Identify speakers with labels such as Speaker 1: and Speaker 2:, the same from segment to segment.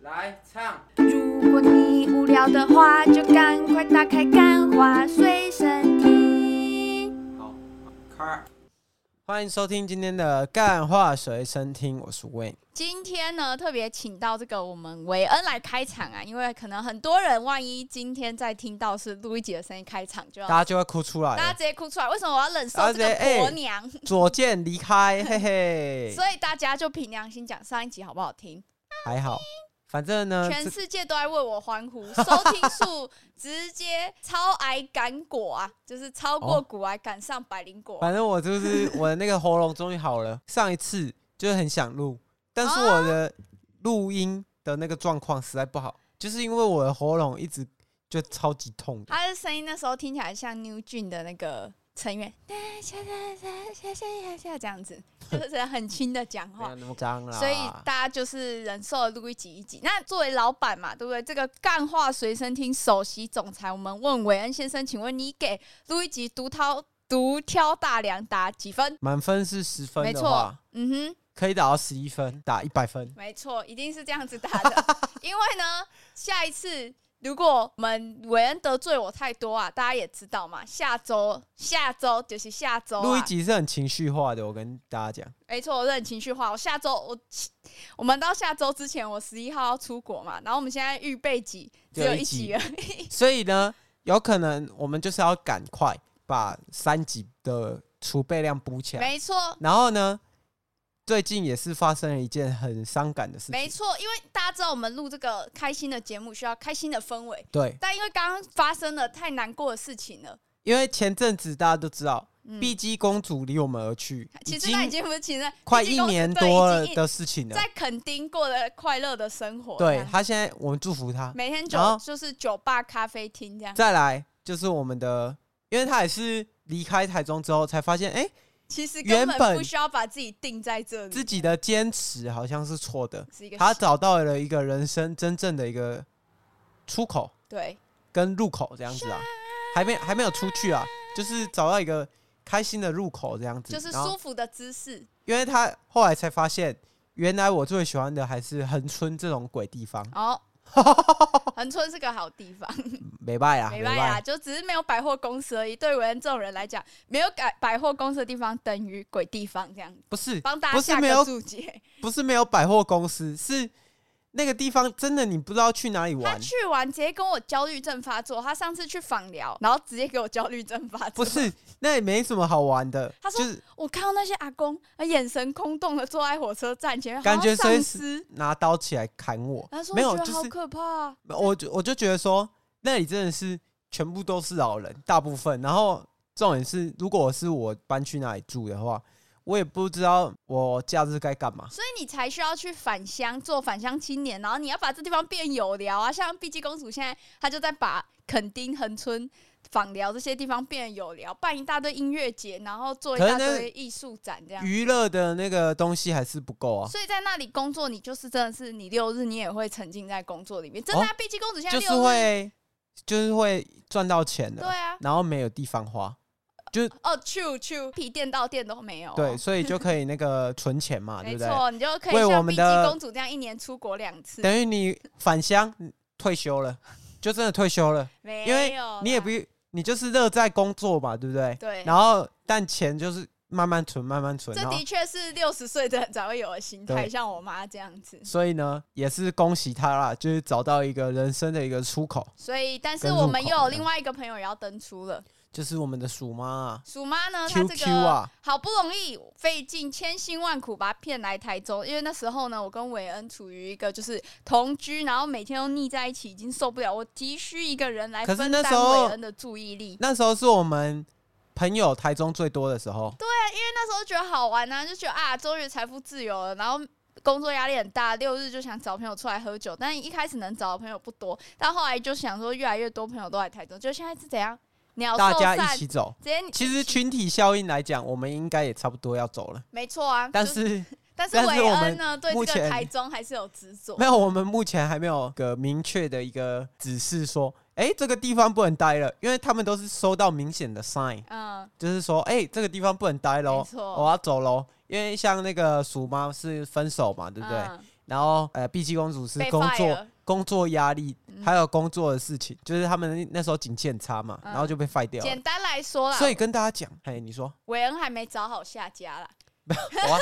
Speaker 1: 来唱，
Speaker 2: 如果你无聊的话，就赶快打开《干花随身听》。
Speaker 1: 好，开。
Speaker 3: 欢迎收听今天的干话随身听，我是 Wayne。
Speaker 4: 今天呢，特别请到这个我们韦恩来开场啊，因为可能很多人万一今天在听到是录一集的声音开场，就要
Speaker 3: 大家就会哭出来
Speaker 4: 哦大家
Speaker 3: 了
Speaker 4: 直。接哭出来。为什么我要忍受
Speaker 3: 大家
Speaker 4: 这
Speaker 3: 直接
Speaker 4: 个婆
Speaker 3: 哎
Speaker 4: 娘？
Speaker 3: 左键离开，嘿嘿，
Speaker 4: 所以大家就凭良心讲，上一集好不好听？
Speaker 3: 还好。反正呢，
Speaker 4: 全
Speaker 3: 呃这
Speaker 4: 世界都在为我欢呼，收听数直接超癌赶果啊，就是超过
Speaker 3: 哦
Speaker 4: 骨癌赶上百灵果。
Speaker 3: 反正我就是 我的那个喉咙终于好了。上一次就是很想录，但是我
Speaker 4: 哦
Speaker 3: 的录音的那个状况实在不好，就是因为我的喉咙一直就超级痛的。
Speaker 4: 他的声音那时候听起来像 New Jean 的那个成员，这样子，就是很轻的讲
Speaker 3: 不
Speaker 4: 话
Speaker 3: 要。那么脏啦！
Speaker 4: 所以大家就是忍受了录一集一集。那作为老板嘛，对不对？这个干话随身听首席总裁，我们问韦恩先生，请问你给录一集独挑独挑大梁打几分？
Speaker 3: 满分是十分
Speaker 4: 没
Speaker 3: 的
Speaker 4: 错
Speaker 3: 话，，
Speaker 4: 嗯哼，
Speaker 3: 可以打到十一分，打一百分。
Speaker 4: 没错，一定是这 样子打的。因为呢，下一次如果我们韦恩得罪我太多啊，大家也知道嘛，下周下周就是下周、啊、
Speaker 3: 录一集是很情绪化的，我跟大家讲。
Speaker 4: 没错，我是很情绪化。我下周我我们到下周之前，我十一号要出国嘛，然后我们现在预备集只有一集了，
Speaker 3: 所以呢，有可能我们就是要赶快把三级的储备量补起来。
Speaker 4: 没错。
Speaker 3: 然后呢，最近也是发生了一件很伤感的事
Speaker 4: 没
Speaker 3: 情。
Speaker 4: 错，因为大家知道我们录这个开心的节目需要开心的氛围，
Speaker 3: 对，
Speaker 4: 但因为刚刚发生了太难过的事情了，
Speaker 3: 因为前阵子大家都知道，
Speaker 4: 嗯
Speaker 3: 碧姬公主离我们而去，
Speaker 4: 其实那已
Speaker 3: 经
Speaker 4: 经不是情人，
Speaker 3: 快
Speaker 4: 已经
Speaker 3: 一
Speaker 4: 公司
Speaker 3: 年多
Speaker 4: 对已
Speaker 3: 了
Speaker 4: 经一
Speaker 3: 的事情了。
Speaker 4: 在垦丁过的快乐的生活，这
Speaker 3: 对
Speaker 4: 样
Speaker 3: 她现在，我们祝福她。
Speaker 4: 每天
Speaker 3: 然后
Speaker 4: 酒就是酒吧、咖啡厅这样，
Speaker 3: 再来就是我们的，因为她也是离开台中之后才发现，
Speaker 4: 嗯
Speaker 3: 哎、
Speaker 4: 其实
Speaker 3: 原
Speaker 4: 根
Speaker 3: 本
Speaker 4: 本不需要把自己定在这里，
Speaker 3: 自己的坚持好像是错的。
Speaker 4: 是一个
Speaker 3: 她找到了一个人生真正的一个出口。
Speaker 4: 对
Speaker 3: 跟入口这样子啊，还没还没有出去啊，就是找到一个开心的入口这样子。
Speaker 4: 就是
Speaker 3: 然后
Speaker 4: 舒服的姿势，
Speaker 3: 因为他后来才发现，原来我最喜欢的还是恒春这种鬼地方，
Speaker 4: 哦，横村是个好地方，
Speaker 3: 没办啊，
Speaker 4: 没
Speaker 3: 办
Speaker 4: 办法，就只是没有百货公司而已。对文这种人来讲，没有百百货公司的地方等于鬼地方，这样
Speaker 3: 不是
Speaker 4: 帮大
Speaker 3: 不
Speaker 4: 家
Speaker 3: 是
Speaker 4: 下
Speaker 3: 没有
Speaker 4: 个注解。
Speaker 3: 不是没有百货公司，是那个地方真的你不知道去哪里
Speaker 4: 他
Speaker 3: 玩。
Speaker 4: 去完直接跟我焦虑症发作，他上次去访疗，然后直接给我焦虑症发作。
Speaker 3: 不，是，那也没什么好玩的。
Speaker 4: 他说
Speaker 3: 就是
Speaker 4: 我看到那些阿公，他眼神空洞的坐在火车站前面，
Speaker 3: 感觉
Speaker 4: 好像
Speaker 3: 随
Speaker 4: 丧
Speaker 3: 时
Speaker 4: 尸。
Speaker 3: 拿刀起来砍我
Speaker 4: 他，说：“
Speaker 3: 没有，
Speaker 4: 我觉
Speaker 3: 就
Speaker 4: 得好
Speaker 3: 是
Speaker 4: 可怕啊、
Speaker 3: 我就我就觉得说，那里真的是全部都是老人，大部分。然后重点是，如果我是我搬去那里住的话，我也不知道我假日该干嘛。
Speaker 4: 所以你才需要去返乡做返乡青年，然后你要把这地方变有聊啊。像碧姬公主现在，她就在把垦丁、恒春、访寮这些地方变得有聊，办一大堆音乐节，然后做一
Speaker 3: 可是
Speaker 4: 大
Speaker 3: 那
Speaker 4: 堆艺术展这样。
Speaker 3: 娱乐的那个东西还是不够啊，
Speaker 4: 所以在那里工作，你就是真的是你六日你也会沉浸在工作里面。真的、啊，碧姬公主现在
Speaker 3: 哦就
Speaker 4: 六
Speaker 3: 是
Speaker 4: 日、
Speaker 3: 会就是会赚到钱
Speaker 4: 对
Speaker 3: 的，
Speaker 4: 啊，
Speaker 3: 然后没有地方花，就
Speaker 4: 哦，true true，皮店到店都没有哦、
Speaker 3: 对，所以就可以那个存钱 嘛，对
Speaker 4: 没
Speaker 3: 不对？
Speaker 4: 错，你就可以
Speaker 3: 为我
Speaker 4: 像
Speaker 3: 们
Speaker 4: 碧
Speaker 3: 的
Speaker 4: 姬公主这样一年出国两次，
Speaker 3: 等于你返乡嗯退休了，就真的退休了，
Speaker 4: 没
Speaker 3: 因为
Speaker 4: 有
Speaker 3: 你也
Speaker 4: 啦
Speaker 3: 不你就是乐在工作嘛，对不对？
Speaker 4: 对。
Speaker 3: 然后但钱就是慢慢存，慢慢存，
Speaker 4: 这
Speaker 3: 然后
Speaker 4: 的确是六十岁的人才会有的心态，
Speaker 3: 对
Speaker 4: 像我妈这样子。
Speaker 3: 所以呢，也是恭喜他啦，就是找到一个人生的一个出口，
Speaker 4: 所以，但是
Speaker 3: 跟
Speaker 4: 我
Speaker 3: 入
Speaker 4: 们
Speaker 3: 口
Speaker 4: 又
Speaker 3: 一
Speaker 4: 有
Speaker 3: 样
Speaker 4: 另外一个朋友也要登出了，
Speaker 3: 就是我们的鼠妈啊
Speaker 4: 鼠妈呢，她这
Speaker 3: ，QQ
Speaker 4: 个
Speaker 3: 啊，
Speaker 4: 好不容易费尽千辛万苦把她骗来台中，因为那时候呢，我跟韦恩处于一个就是同居，然后每天都腻在一起，已经受不了，我急需一个人来
Speaker 3: 可是
Speaker 4: 分
Speaker 3: 那
Speaker 4: 担
Speaker 3: 时候
Speaker 4: 韦恩的注意力。
Speaker 3: 那时候是我们朋友台中最多的时候，
Speaker 4: 那时候觉得好玩啊，就觉得啊，终于财富自由了，然后工作压力很大，六日就想找朋友出来喝酒，但一开始能找的朋友不多，但后来就想说越来越多朋友都来台中，就现在是怎样？鸟
Speaker 3: 大
Speaker 4: 兽
Speaker 3: 家
Speaker 4: 散，
Speaker 3: 一起走。
Speaker 4: 直接
Speaker 3: 其实群体效应来讲，我们应该也差不多要走了，
Speaker 4: 没错啊，
Speaker 3: 但
Speaker 4: 就 是但是
Speaker 3: 但是
Speaker 4: 韦
Speaker 3: 我
Speaker 4: 恩
Speaker 3: 们
Speaker 4: 呢，对
Speaker 3: 目
Speaker 4: 这个
Speaker 3: 前
Speaker 4: 台中还是有执着
Speaker 3: 没。有，我们目前还没有个明确的一个指示说，哎、这个地方不能待了，因为他们都是收到明显的 sign，
Speaker 4: 嗯，
Speaker 3: 就是说，哎、这个地方不能待喽
Speaker 4: 没，错
Speaker 3: 我要走喽。因为像那个鼠妈是分手嘛，对不对？
Speaker 4: 嗯
Speaker 3: 然后呃，碧琪公主是
Speaker 4: 被
Speaker 3: 工
Speaker 4: fire
Speaker 3: 作工作压力
Speaker 4: 嗯
Speaker 3: 还有工作的事情，就是他们那时候景气很差嘛，然后
Speaker 4: 嗯
Speaker 3: 就被 fire 掉了
Speaker 4: 简。单来说啦，
Speaker 3: 所以跟大家讲，哎，你说
Speaker 4: 韦恩还没找好下家啦。
Speaker 3: 哇，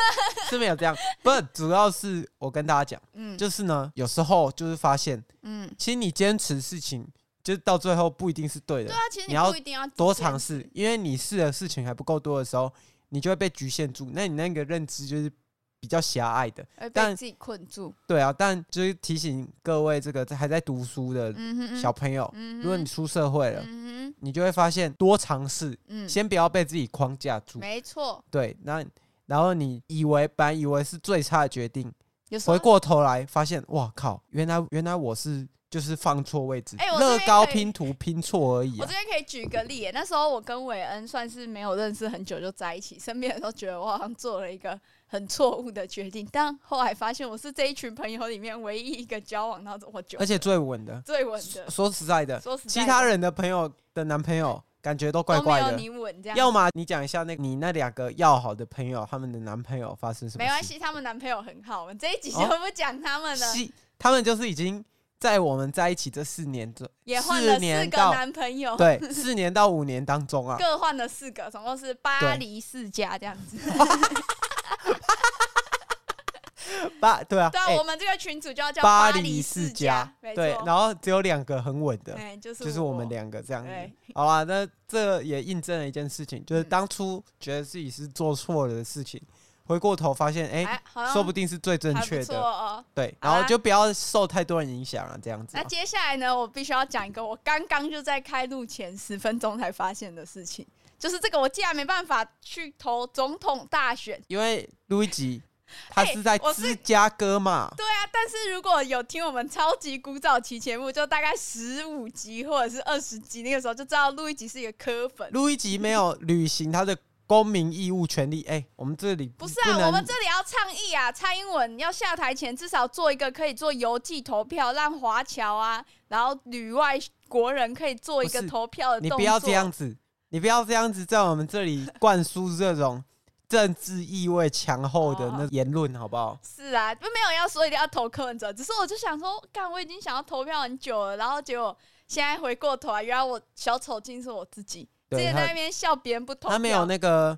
Speaker 3: 是没有这样，不，主要是我跟大家讲，
Speaker 4: 嗯，
Speaker 3: 就是呢，有时候就是发现，
Speaker 4: 嗯，
Speaker 3: 其实你坚持事情，就是到最后不一定是对的
Speaker 4: 对。啊，其实
Speaker 3: 你
Speaker 4: 你
Speaker 3: 要
Speaker 4: 不一定要
Speaker 3: 多
Speaker 4: 直接
Speaker 3: 尝试，因为你试的事情还不够多的时候，你就会被局限住，那你那个认知就是比较狭隘的。
Speaker 4: 而被
Speaker 3: 但
Speaker 4: 自己困住。
Speaker 3: 对啊，但就是提醒各位，这个还在读书的
Speaker 4: 嗯哼嗯，
Speaker 3: 小朋友，
Speaker 4: 嗯哼，
Speaker 3: 如果你出社会了，
Speaker 4: 嗯哼
Speaker 3: 你就会发现多尝试，
Speaker 4: 嗯，
Speaker 3: 先不要被自己框架住。
Speaker 4: 没错，
Speaker 3: 对，那然后你以为本来以为是最差的决定，
Speaker 4: 有时候
Speaker 3: 回过头来发现，哇靠，原来原来我是就是放错位置，
Speaker 4: 哎我这
Speaker 3: 乐
Speaker 4: 边
Speaker 3: 高
Speaker 4: 可以
Speaker 3: 拼图拼错而已、
Speaker 4: 我
Speaker 3: 啊
Speaker 4: 这。边可以举个例耶，那时候我跟韦恩算是没有认识很久就在一起，身边人都觉得我好像做了一个很错误的决定，但后来发现我是这一群朋友里面唯一一个交往到这么 久
Speaker 3: 而且最稳的，
Speaker 4: 最稳的，
Speaker 3: 说实在的，
Speaker 4: 说实在
Speaker 3: 其
Speaker 4: 的
Speaker 3: 他人的朋友的男朋友感觉都怪
Speaker 4: 都没
Speaker 3: 怪
Speaker 4: 有
Speaker 3: 的。
Speaker 4: 你稳这样。
Speaker 3: 要么你讲一下那你那两个要好的朋友，他们的男朋友发生什么？
Speaker 4: 没关，系，他们男朋友很好，我们这一集就
Speaker 3: 哦
Speaker 4: 不讲他们了，
Speaker 3: 是他们就是已经在我们在一起这四年这
Speaker 4: 也换了四
Speaker 3: 年
Speaker 4: 个
Speaker 3: 到
Speaker 4: 男朋友，
Speaker 3: 对四年到五年当 中啊，
Speaker 4: 各换了四个，总共是巴黎世家这样子。
Speaker 3: 八对啊，
Speaker 4: 对啊，
Speaker 3: 哎
Speaker 4: 我们这个群组就要叫
Speaker 3: 巴
Speaker 4: 黎
Speaker 3: 黎
Speaker 4: 世
Speaker 3: 世家，
Speaker 4: 没
Speaker 3: 对，
Speaker 4: 错。
Speaker 3: 然后只有两个很稳的，
Speaker 4: 哎，就是
Speaker 3: 就是我们两个这样子
Speaker 4: 对。
Speaker 3: 好啦，那这也印证了一件事情，就是
Speaker 4: 嗯
Speaker 3: 当初觉得自己是做错了的事情，回过头发现，哎、
Speaker 4: 哎，好像
Speaker 3: 说不定是最正
Speaker 4: 还
Speaker 3: 确
Speaker 4: 不错
Speaker 3: 的。
Speaker 4: 哦。
Speaker 3: 对，
Speaker 4: 好
Speaker 3: 然后
Speaker 4: 啦
Speaker 3: 就不要受太多人影响啊，这样子
Speaker 4: 那
Speaker 3: 啊。
Speaker 4: 接下来呢，我必须要讲一个我刚刚就在开录前十分钟才发现的事情，就是这个我竟然没办法去投总统大选。
Speaker 3: 因为路易吉他
Speaker 4: 哎
Speaker 3: 是在
Speaker 4: 我是
Speaker 3: 芝加哥嘛，
Speaker 4: 对啊，但是如果有听我们超级古早期节目，就大概十五集或者是二十集那个时候，就知道录一集是一个科粉。
Speaker 3: 路易吉没有履行他的公民义务权利。哎、我们这里
Speaker 4: 不
Speaker 3: 不
Speaker 4: 是啊，
Speaker 3: 能
Speaker 4: 我们这里要倡议啊，蔡英文要下台前至少做一个可以做邮寄投票，让华侨啊，然后旅外国人可以做一个
Speaker 3: 不是
Speaker 4: 投票的
Speaker 3: 你
Speaker 4: 动
Speaker 3: 不
Speaker 4: 作。啊
Speaker 3: 要这样子，你不要这样子，在我们这里灌输这种政治意味强厚的
Speaker 4: 哦
Speaker 3: 那言论，好不好？
Speaker 4: 是啊，就没有要说一定要投柯文哲，只是我就想说，干，我已经想要投票很久了，然后结果现在回过头来，原来我小丑竟是我自己，之
Speaker 3: 对
Speaker 4: 前
Speaker 3: 他
Speaker 4: 在那边笑别人不投票，
Speaker 3: 他没有那个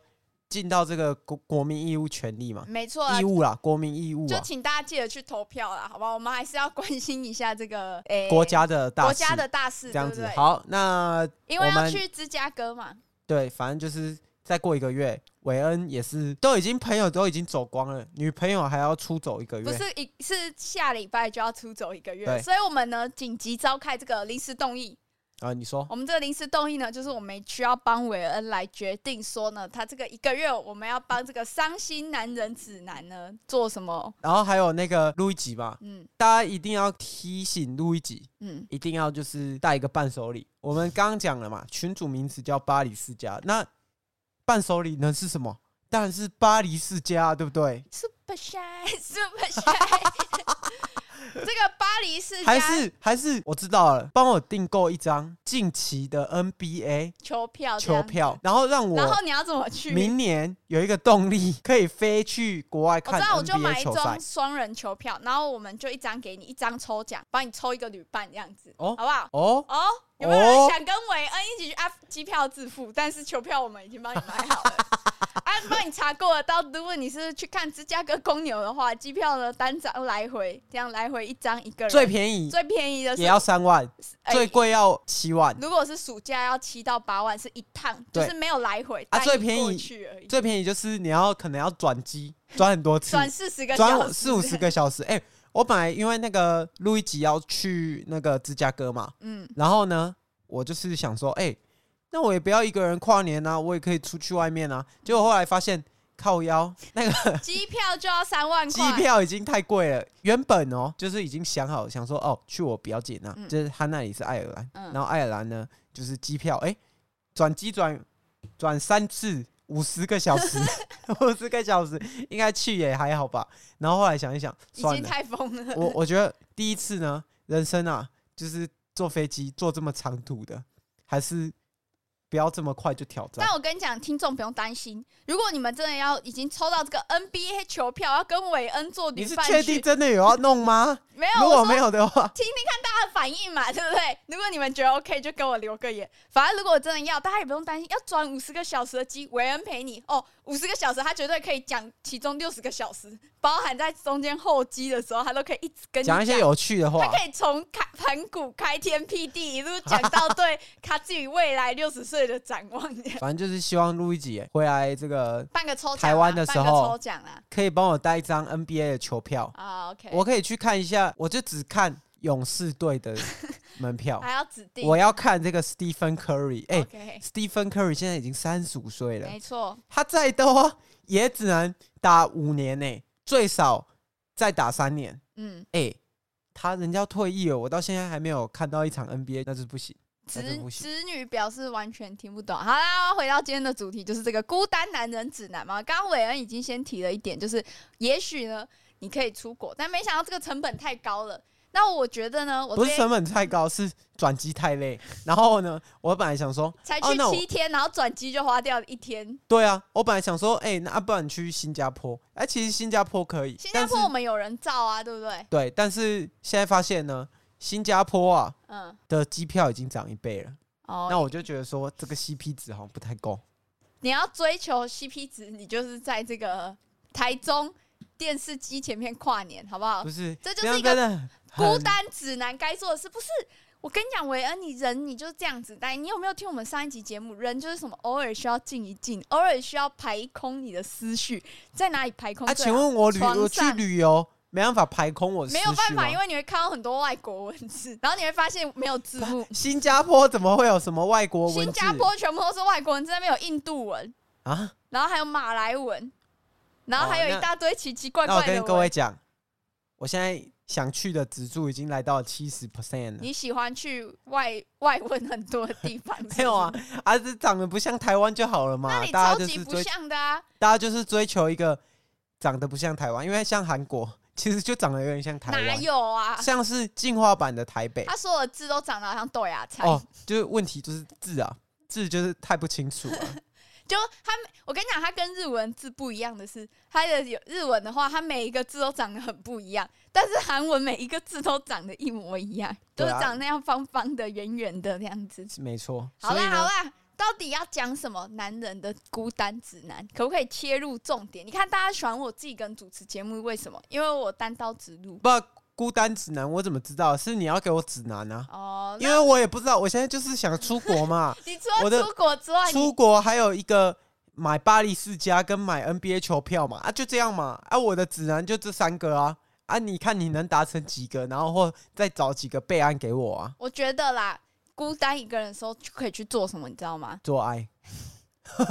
Speaker 3: 尽到这个国国民义务权利嘛，
Speaker 4: 没错啊
Speaker 3: 义。务啦，国民义务
Speaker 4: 就
Speaker 3: 啊，
Speaker 4: 请大家记得去投票啦，好吧？我们还是要关心一下这个诶、
Speaker 3: 国家的大
Speaker 4: 国
Speaker 3: 事
Speaker 4: 家的大事，
Speaker 3: 这样子
Speaker 4: 对不对？
Speaker 3: 好，那
Speaker 4: 因为
Speaker 3: 我
Speaker 4: 要
Speaker 3: 们
Speaker 4: 去芝加哥嘛，
Speaker 3: 对，反正就是再过一个月，韦恩也是都已经朋友都已经走光了，女朋友还要出走一个
Speaker 4: 不
Speaker 3: 月
Speaker 4: 是，一是下礼拜就要出走一个月，
Speaker 3: 对
Speaker 4: 所以我们呢紧急召开这个临时动议。
Speaker 3: 啊？你说
Speaker 4: 我们这个临时动议呢，就是我们需要帮韦恩来决定说呢，他这个一个月我们要帮这个伤心男人指南呢做什么？
Speaker 3: 然后还有那个路易吉嘛，
Speaker 4: 嗯
Speaker 3: 大家一定要提醒路易吉，
Speaker 4: 嗯，
Speaker 3: 一定要就是带一个伴手礼。我们刚刚讲了嘛，群主名字叫巴黎世家，那伴手礼能是什么？当然是巴黎世家啊，对不对？
Speaker 4: Super shy, super shy。这个巴黎世
Speaker 3: 还
Speaker 4: 家
Speaker 3: 是还是我知道了，帮我订购一张近期的 NBA
Speaker 4: 球票，
Speaker 3: 球票，，然后让我
Speaker 4: 然后你要怎么去？
Speaker 3: 明年有一个动力可以飞去国外
Speaker 4: 我知
Speaker 3: 看
Speaker 4: 道，我就买
Speaker 3: NBA
Speaker 4: 一
Speaker 3: 球赛
Speaker 4: 张。双人球票，然后我们就一张给你，一张抽奖，帮你抽一个旅伴这样子，
Speaker 3: 哦
Speaker 4: 好不好？
Speaker 3: 哦，
Speaker 4: 哦，有没有人
Speaker 3: 哦
Speaker 4: 想跟韦恩一起去啊？机票自付，但是球票我们已经帮你买好了。啊，帮你查过了。到如果你是去看芝加哥公牛的话，机票呢单张来回，这样来回一张一个人
Speaker 3: 最便宜
Speaker 4: 最便宜的是
Speaker 3: 也要三万，
Speaker 4: 哎
Speaker 3: 最贵要七万，
Speaker 4: 如果是暑假要七到八万是一趟，就
Speaker 3: 对
Speaker 4: 是没有来回
Speaker 3: 啊
Speaker 4: 带
Speaker 3: 最
Speaker 4: 你
Speaker 3: 便
Speaker 4: 过
Speaker 3: 宜
Speaker 4: 去而已，
Speaker 3: 最便宜就是你要可能要转机，转很多次，
Speaker 4: 转四十个小
Speaker 3: 转
Speaker 4: 时，
Speaker 3: 四五十，个小时。哎、我本来因为那个路易吉要去那个芝加哥嘛，
Speaker 4: 嗯，
Speaker 3: 然后呢，我就是想说，哎、那我也不要一个人跨年啊，我也可以出去外面啊。结果后来发现靠腰那个
Speaker 4: 机票就要三万
Speaker 3: 机
Speaker 4: 块，
Speaker 3: 票已经太贵了，原本哦，就是已经想好，想说哦，去我表姐那，
Speaker 4: 嗯
Speaker 3: 就是她那里是爱尔兰，
Speaker 4: 嗯
Speaker 3: 然后爱尔兰呢，就是机票，哎、转机转转三次，五十个小 时，五十个小时应该去也还好吧。然后后来想一想，
Speaker 4: 已
Speaker 3: 算
Speaker 4: 经
Speaker 3: 了，
Speaker 4: 太疯了。
Speaker 3: 我我觉得第一次呢，人生啊，就是坐飞机坐这么长途的，还是不要这么快就挑战
Speaker 4: 但。我跟你讲，听众不用担心，如果你们真的要已经抽到这个 NBA 球票，要跟韦恩做
Speaker 3: 你
Speaker 4: 女
Speaker 3: 是
Speaker 4: 伴
Speaker 3: 确
Speaker 4: 去
Speaker 3: 定，真的有要弄吗？
Speaker 4: 没有？
Speaker 3: 如果
Speaker 4: 我说
Speaker 3: 没有的话，
Speaker 4: 听听看大家的反应嘛，对 不对？如果你们觉得 OK，就跟我留个言。反正如果真的要，大家也不用担心，要转五十个小时的机，韦恩陪你哦，五十个小时他绝对可以讲其中六十个小时，包含在中间候机的时候，他都可以一直跟你
Speaker 3: 讲一些有趣的话
Speaker 4: 他。可以从开盘古开天辟地， 一路讲到对他自己未来六十岁的展望。
Speaker 3: 反正就是希望录一集回来，这个
Speaker 4: 办个抽奖啊，
Speaker 3: 台湾的时候
Speaker 4: 办个抽奖啦。
Speaker 3: 可以帮我带一张 NBA 的球票，
Speaker 4: 啊，OK，
Speaker 3: 我可以去看一下。我就只看勇士队 的门票，
Speaker 4: 还要指定。
Speaker 3: 我要看这个 Stephen Curry。哎
Speaker 4: OK，
Speaker 3: ，Stephen Curry 现在已经三十五岁了，
Speaker 4: 没错，
Speaker 3: 他再多也只能打五年呢、最少再打三年。
Speaker 4: 嗯，
Speaker 3: 哎、他人家退役了，我到现在还没有看到一场 NBA，那是不行。那
Speaker 4: 子
Speaker 3: 真不行
Speaker 4: 子女表示完全听不懂。好啦，回到今天的主题，就是这个孤单男人指南嘛。刚刚韦恩已经先提了一点，就是也许呢，你可以出国，但没想到这个成本太高了。那我觉得呢，我
Speaker 3: 不
Speaker 4: 这
Speaker 3: 是
Speaker 4: 边
Speaker 3: 成本太高，是转机太累。然后呢，我本来想说，
Speaker 4: 才
Speaker 3: 哦
Speaker 4: 去
Speaker 3: 那我
Speaker 4: 七天，然后转机就花掉了一天。
Speaker 3: 对啊，我本来想说，哎、那不然去新加坡？哎、其实新加坡可以，
Speaker 4: 新加
Speaker 3: 但是
Speaker 4: 坡我们有人造啊，对不对？
Speaker 3: 对，但是现在发现呢，新加坡啊
Speaker 4: 嗯，
Speaker 3: 的机票已经涨一倍了。
Speaker 4: 哦，
Speaker 3: 那我就觉得说，这个 CP 值好像不太够。
Speaker 4: 你要追求 CP 值，你就是在这个台中电视机前面跨年，好不好
Speaker 3: 不？是，
Speaker 4: 哦这就是
Speaker 3: 样
Speaker 4: 一个
Speaker 3: 真的
Speaker 4: 孤
Speaker 3: 很啊
Speaker 4: 单指南该做的事，不是？我跟你讲，韦恩，你人你就是这样子，但你有没有听我们上一集节目？人就是什么，偶尔需要静一静，偶尔需要排空你的思绪，在哪里排空
Speaker 3: 啊，
Speaker 4: 最好？
Speaker 3: 请问我旅
Speaker 4: 床
Speaker 3: 我去
Speaker 4: 上
Speaker 3: 旅游没办法排空我的思
Speaker 4: 没
Speaker 3: 绪
Speaker 4: 有办法，
Speaker 3: 吗
Speaker 4: 因为你会看到很多外国文字，然后你会发现没有字幕。
Speaker 3: 新加坡怎么会有什么外国文字？
Speaker 4: 新加坡全部都是外国人，在那边有印度文，
Speaker 3: 啊，
Speaker 4: 然后还有马来文，然后还有
Speaker 3: 哦
Speaker 4: 一大堆奇奇怪
Speaker 3: 那我
Speaker 4: 怪的
Speaker 3: 跟
Speaker 4: 文。
Speaker 3: 各位讲，我现在想去的指数已经来到七十 percent 了。
Speaker 4: 你喜欢去外外问很多的地方
Speaker 3: 没有啊
Speaker 4: 是不是，
Speaker 3: 啊，这长得不像台湾就好了
Speaker 4: 那
Speaker 3: 嘛。
Speaker 4: 你
Speaker 3: 大
Speaker 4: 超
Speaker 3: 家就
Speaker 4: 级
Speaker 3: 是
Speaker 4: 不
Speaker 3: 追，
Speaker 4: 像的啊！
Speaker 3: 大家就是追求一个长得不像台湾，因为像韩国 其实就长得有点像台
Speaker 4: 哪
Speaker 3: 湾，
Speaker 4: 有啊？
Speaker 3: 像是进化版的台北。
Speaker 4: 他所有的字都长得好像豆芽菜，
Speaker 3: 哦，就是问题就是字啊，字就是太不清楚了。
Speaker 4: 就他每我跟你讲，他跟日文字不一样的是，他的有日文的话，他每一个字都长得很不一样，但是韩文每一个字都长得一模一样，都
Speaker 3: 对啊
Speaker 4: 是长那样方方的、圆圆的那样子。
Speaker 3: 是没错。
Speaker 4: 好
Speaker 3: 所以
Speaker 4: 啦
Speaker 3: 呢
Speaker 4: 好啦，到底要讲什么？男人的孤单指南，可不可以切入重点？你看大家喜欢我自己跟主持节目，为什么？因为我单刀直入。
Speaker 3: 不孤单指南，我怎么知道？是你要给我指南啊？
Speaker 4: 哦，。
Speaker 3: 因为我也不知道，我现在就是想出国嘛
Speaker 4: 你除了
Speaker 3: 我的
Speaker 4: 出国之外，
Speaker 3: 出
Speaker 4: 你
Speaker 3: 国还有一个买巴黎世家跟买 NBA 球票嘛，啊，就这样嘛。啊，我的指南就这三个啊。啊，你看你能达成几个，然后或再找几个备案给我啊，
Speaker 4: 我觉得啦，孤单一个人的时候就可以去做什么，你知道吗？
Speaker 3: 做爱。
Speaker 4: 好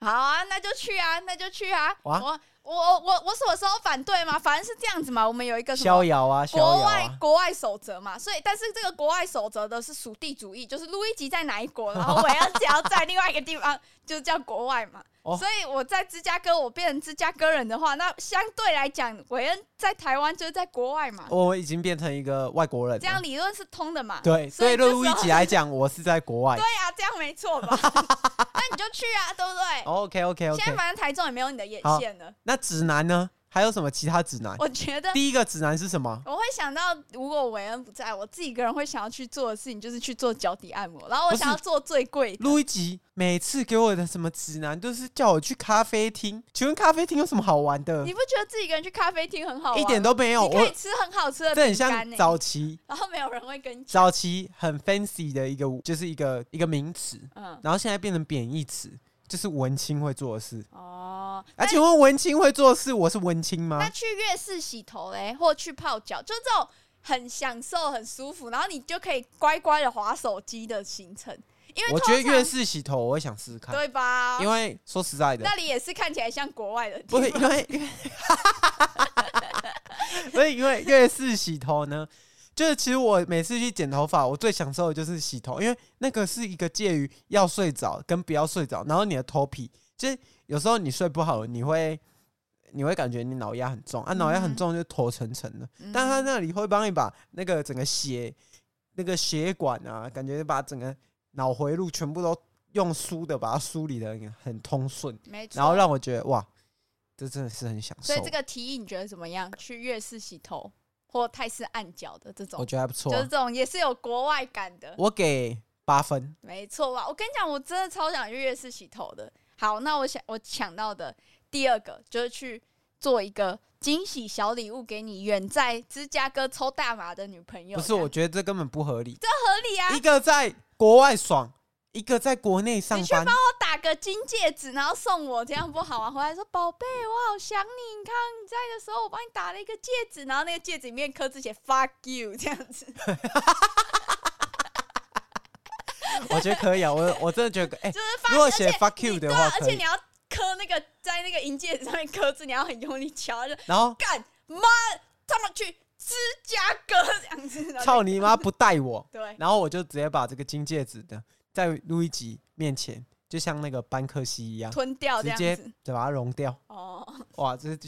Speaker 4: 啊，那就去啊，那就去啊。
Speaker 3: 哇
Speaker 4: 我我我我什么时候反对吗？反正是这样子嘛，我们有一个什
Speaker 3: 逍
Speaker 4: 么
Speaker 3: 遥啊，逍
Speaker 4: 国
Speaker 3: 遥
Speaker 4: 外、
Speaker 3: 啊，
Speaker 4: 国外守则嘛，所以但是这个国外守则的是属地主义，就是路易吉在哪一 国，然后我要只要在另外一个地方，就叫国外嘛。
Speaker 3: 哦
Speaker 4: 所以我在芝加哥，我变成芝加哥人的话，那相对来讲，韦恩在台湾就是在国外嘛，
Speaker 3: 我已经变成一个外国人了。
Speaker 4: 这样理论是通的嘛。
Speaker 3: 对，
Speaker 4: 所
Speaker 3: 所
Speaker 4: 以
Speaker 3: 以
Speaker 4: 这
Speaker 3: 对
Speaker 4: 时
Speaker 3: 路
Speaker 4: 候
Speaker 3: 易吉来讲，我是在国外
Speaker 4: 对。啊，这样没 错吧？那你就去啊，对不对？
Speaker 3: OK OK
Speaker 4: 现在
Speaker 3: OK，
Speaker 4: 反正台中也没有你的眼
Speaker 3: 哦好
Speaker 4: 线了。
Speaker 3: 那指南呢？还有什么其他指南？
Speaker 4: 我觉得
Speaker 3: 第一个指南是什么？
Speaker 4: 我会想到，如果韦恩不在，我自己一个人会想要去做的事情就是去做脚底按摩，然后我
Speaker 3: 不是
Speaker 4: 想要做最贵的。
Speaker 3: 录一集，每次给我的什么指南都是叫我去咖啡厅。请问咖啡厅有什么好玩的
Speaker 4: 你？不觉得自己一个人去咖啡厅很好玩吗？
Speaker 3: 一点都没有。
Speaker 4: 你可
Speaker 3: 我
Speaker 4: 以吃很好吃的
Speaker 3: 这很
Speaker 4: 饼干欸
Speaker 3: 像
Speaker 4: 呢、
Speaker 3: 早期
Speaker 4: 然后没有人会跟你讲。
Speaker 3: 早期很 fancy 的一个，就是一个一个名词，
Speaker 4: 嗯，
Speaker 3: 然后现在变成贬义词，就是文青会做的事。
Speaker 4: 哦，
Speaker 3: 啊，
Speaker 4: 那
Speaker 3: 请问文青会做的事，我是文青
Speaker 4: 那
Speaker 3: 吗？
Speaker 4: 去月式洗头嘞，或去泡脚，就这种很享受、很舒服，然后你就可以乖乖的划手机的行程，因为
Speaker 3: 我
Speaker 4: 通
Speaker 3: 觉得
Speaker 4: 常
Speaker 3: 越式洗头，我会想试试看，
Speaker 4: 对吧？
Speaker 3: 因为说实在的，
Speaker 4: 那里也是看起来像国外的地
Speaker 3: 不
Speaker 4: 方
Speaker 3: 是因为，因为 不是因为越式洗头呢，就是其实我每次去剪头发，我最享受的就是洗头，因为那个是一个介于要睡着跟不要睡着，然后你的头皮，就是有时候你睡不好，你会你会感觉你脑压很重啊，脑压很重就头沉沉的，
Speaker 4: 嗯
Speaker 3: 但他那里会帮你把那个整个血那个血管啊，感觉把整个脑回路全部都用书的把它梳理的很很通顺，
Speaker 4: 没错。
Speaker 3: 然后让我觉得哇，这真的是很享受。
Speaker 4: 所以这个提议你觉得怎么样？去粤式洗头或泰式按脚的这种
Speaker 3: 我，觉得还不错
Speaker 4: 就
Speaker 3: 啊、
Speaker 4: 是这种也是有国外感的。
Speaker 3: 我给八分。
Speaker 4: 没错吧？我跟你讲，我真的超想去粤式洗头的。好，那我想我抢到的第二个就是去做一个惊喜小礼物给你远在芝加哥抽大麻的女朋友。
Speaker 3: 不是，我觉得这根本不合理。
Speaker 4: 合理啊！
Speaker 3: 一个在国外爽，一个在国内上
Speaker 4: 你去
Speaker 3: 班，
Speaker 4: 我打个金戒指，然后送我，这样不好吗？啊回来说宝贝，我好想你，你看你在的时候，我帮你打了一个戒指，然后那个戒指里面刻 字写 “fuck you” 这样子。
Speaker 3: 我觉得可以啊。我我真的觉得，哎、
Speaker 4: 就是发，
Speaker 3: 如果写
Speaker 4: 而且
Speaker 3: fuck you
Speaker 4: 你
Speaker 3: 的
Speaker 4: 对
Speaker 3: 话
Speaker 4: 啊而
Speaker 3: 可
Speaker 4: 且
Speaker 3: 以
Speaker 4: 你要刻那个在那个银戒指上面刻字，你要很用力敲，就
Speaker 3: 然后
Speaker 4: 干妈他们去芝加哥这样子。然后
Speaker 3: 操 你妈不带我，
Speaker 4: 对，
Speaker 3: 然后我就直接把这个金戒指的在路易吉面前，就像那个班克西一样，
Speaker 4: 吞掉这
Speaker 3: 直
Speaker 4: 样
Speaker 3: 接
Speaker 4: 子。
Speaker 3: 就把它融掉。
Speaker 4: 哦，
Speaker 3: 哇，这是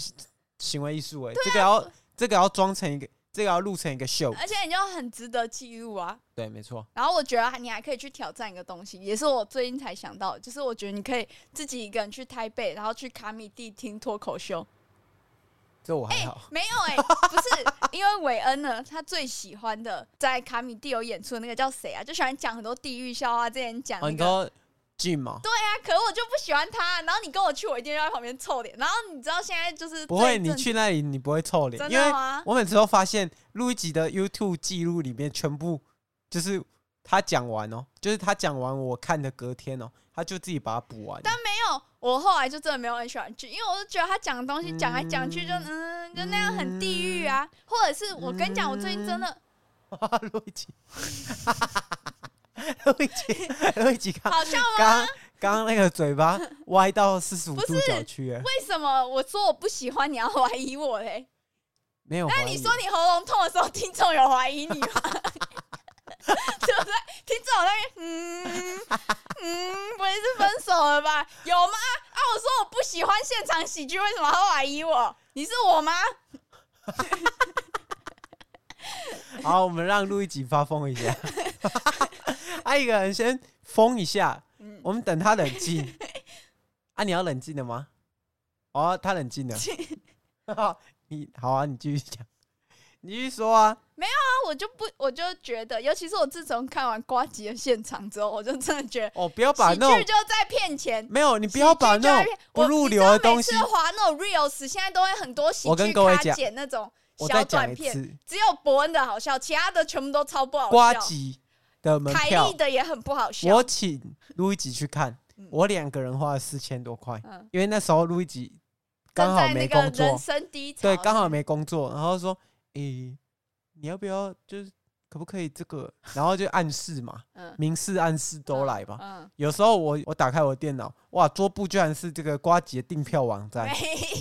Speaker 3: 行为艺术哎，
Speaker 4: 啊
Speaker 3: 这个要这个要装成一个，这个要录成一个秀。
Speaker 4: 而且你就很值得记录啊。
Speaker 3: 对，没错，
Speaker 4: 然后我觉得你还可以去挑战一个东西，也是我最近才想到的，就是我觉得你可以自己一个人去台北，然后去卡米蒂听脱口秀。
Speaker 3: 这我还
Speaker 4: 哎、
Speaker 3: 好。
Speaker 4: 没有哎、 不是，因为韦恩呢，他最喜欢的在卡米蒂有演出的那个叫谁啊？就喜欢讲很多地狱笑话，之前讲那
Speaker 3: 很
Speaker 4: 个。
Speaker 3: 多哦 Jim 哦嘛，
Speaker 4: 对啊，可我就不喜欢他。啊然后你跟我去，我一定要在旁边臭脸。然后你知道现在就是
Speaker 3: 不
Speaker 4: 这
Speaker 3: 会，
Speaker 4: 一阵
Speaker 3: 你
Speaker 4: 子
Speaker 3: 去那里你不会臭脸，
Speaker 4: 真
Speaker 3: 因为
Speaker 4: 的吗？
Speaker 3: 我每次都发现录一集的 YouTube 记录里面，全部就是他讲完哦，就是他讲完我看的隔天哦，他就自己把它补完。
Speaker 4: 但没有，我后来就真的没有很喜欢去，因为我就觉得他讲的东西讲来讲去就嗯，就那样很地狱啊。或者是我跟你讲，我最近真的
Speaker 3: 录一集，录一集，录一集，刚
Speaker 4: 好哦笑吗？
Speaker 3: 刚刚刚那个嘴巴歪到四十五度角去了，
Speaker 4: 为什么我说我不喜欢，你要怀疑我嘞？
Speaker 3: 没有怀疑。
Speaker 4: 那你说你喉咙痛的时候，听众有怀疑你吗？ 对不对？听众有在那边，嗯嗯，不会是分手了吧？有吗？啊，我说我不喜欢现场喜剧，为什么要怀疑我？你是我吗？
Speaker 3: 好，我们让录一集发疯一下， 啊，一个人先疯一下，
Speaker 4: 嗯
Speaker 3: 我们等他冷 静。啊，你要冷静的吗？哦，他冷静 了。你好啊，你继续讲，你继续说啊。
Speaker 4: 那我就不，我就觉得，尤其是我自从看完瓜吉的现场之后，我就真的觉得
Speaker 3: 哦，不要把
Speaker 4: 喜
Speaker 3: 那种
Speaker 4: 剧就在骗钱。
Speaker 3: 没有，你不要把
Speaker 4: 喜剧就在
Speaker 3: 那
Speaker 4: 骗
Speaker 3: 种
Speaker 4: 我
Speaker 3: 不入流的东西
Speaker 4: 你知。道每次滑那种 reels，现在都会很多喜
Speaker 3: 我
Speaker 4: 剧
Speaker 3: 跟各位
Speaker 4: 咖
Speaker 3: 讲
Speaker 4: 剪那种
Speaker 3: 我
Speaker 4: 小
Speaker 3: 再讲
Speaker 4: 短
Speaker 3: 一
Speaker 4: 片，
Speaker 3: 次，
Speaker 4: 只有伯恩的好笑，其他的全部都超不好
Speaker 3: 瓜
Speaker 4: 笑。
Speaker 3: 吉的门
Speaker 4: 凯
Speaker 3: 票
Speaker 4: 莉，的也很不好笑。
Speaker 3: 我请路易吉去看
Speaker 4: 嗯，
Speaker 3: 我两个人花了四千多块，
Speaker 4: 嗯，
Speaker 3: 因为那时候路易吉刚
Speaker 4: 正
Speaker 3: 好
Speaker 4: 在
Speaker 3: 没
Speaker 4: 那
Speaker 3: 工
Speaker 4: 个
Speaker 3: 作
Speaker 4: 人，生低潮，
Speaker 3: 对，刚好没工作，然后说，诶、你要不要就是可不可以这个？然后就暗示嘛，
Speaker 4: 嗯
Speaker 3: 明示暗示都来吧。
Speaker 4: 嗯，
Speaker 3: 有时候我我打开我电脑，哇，桌布居然是这个瓜吉的订票网站，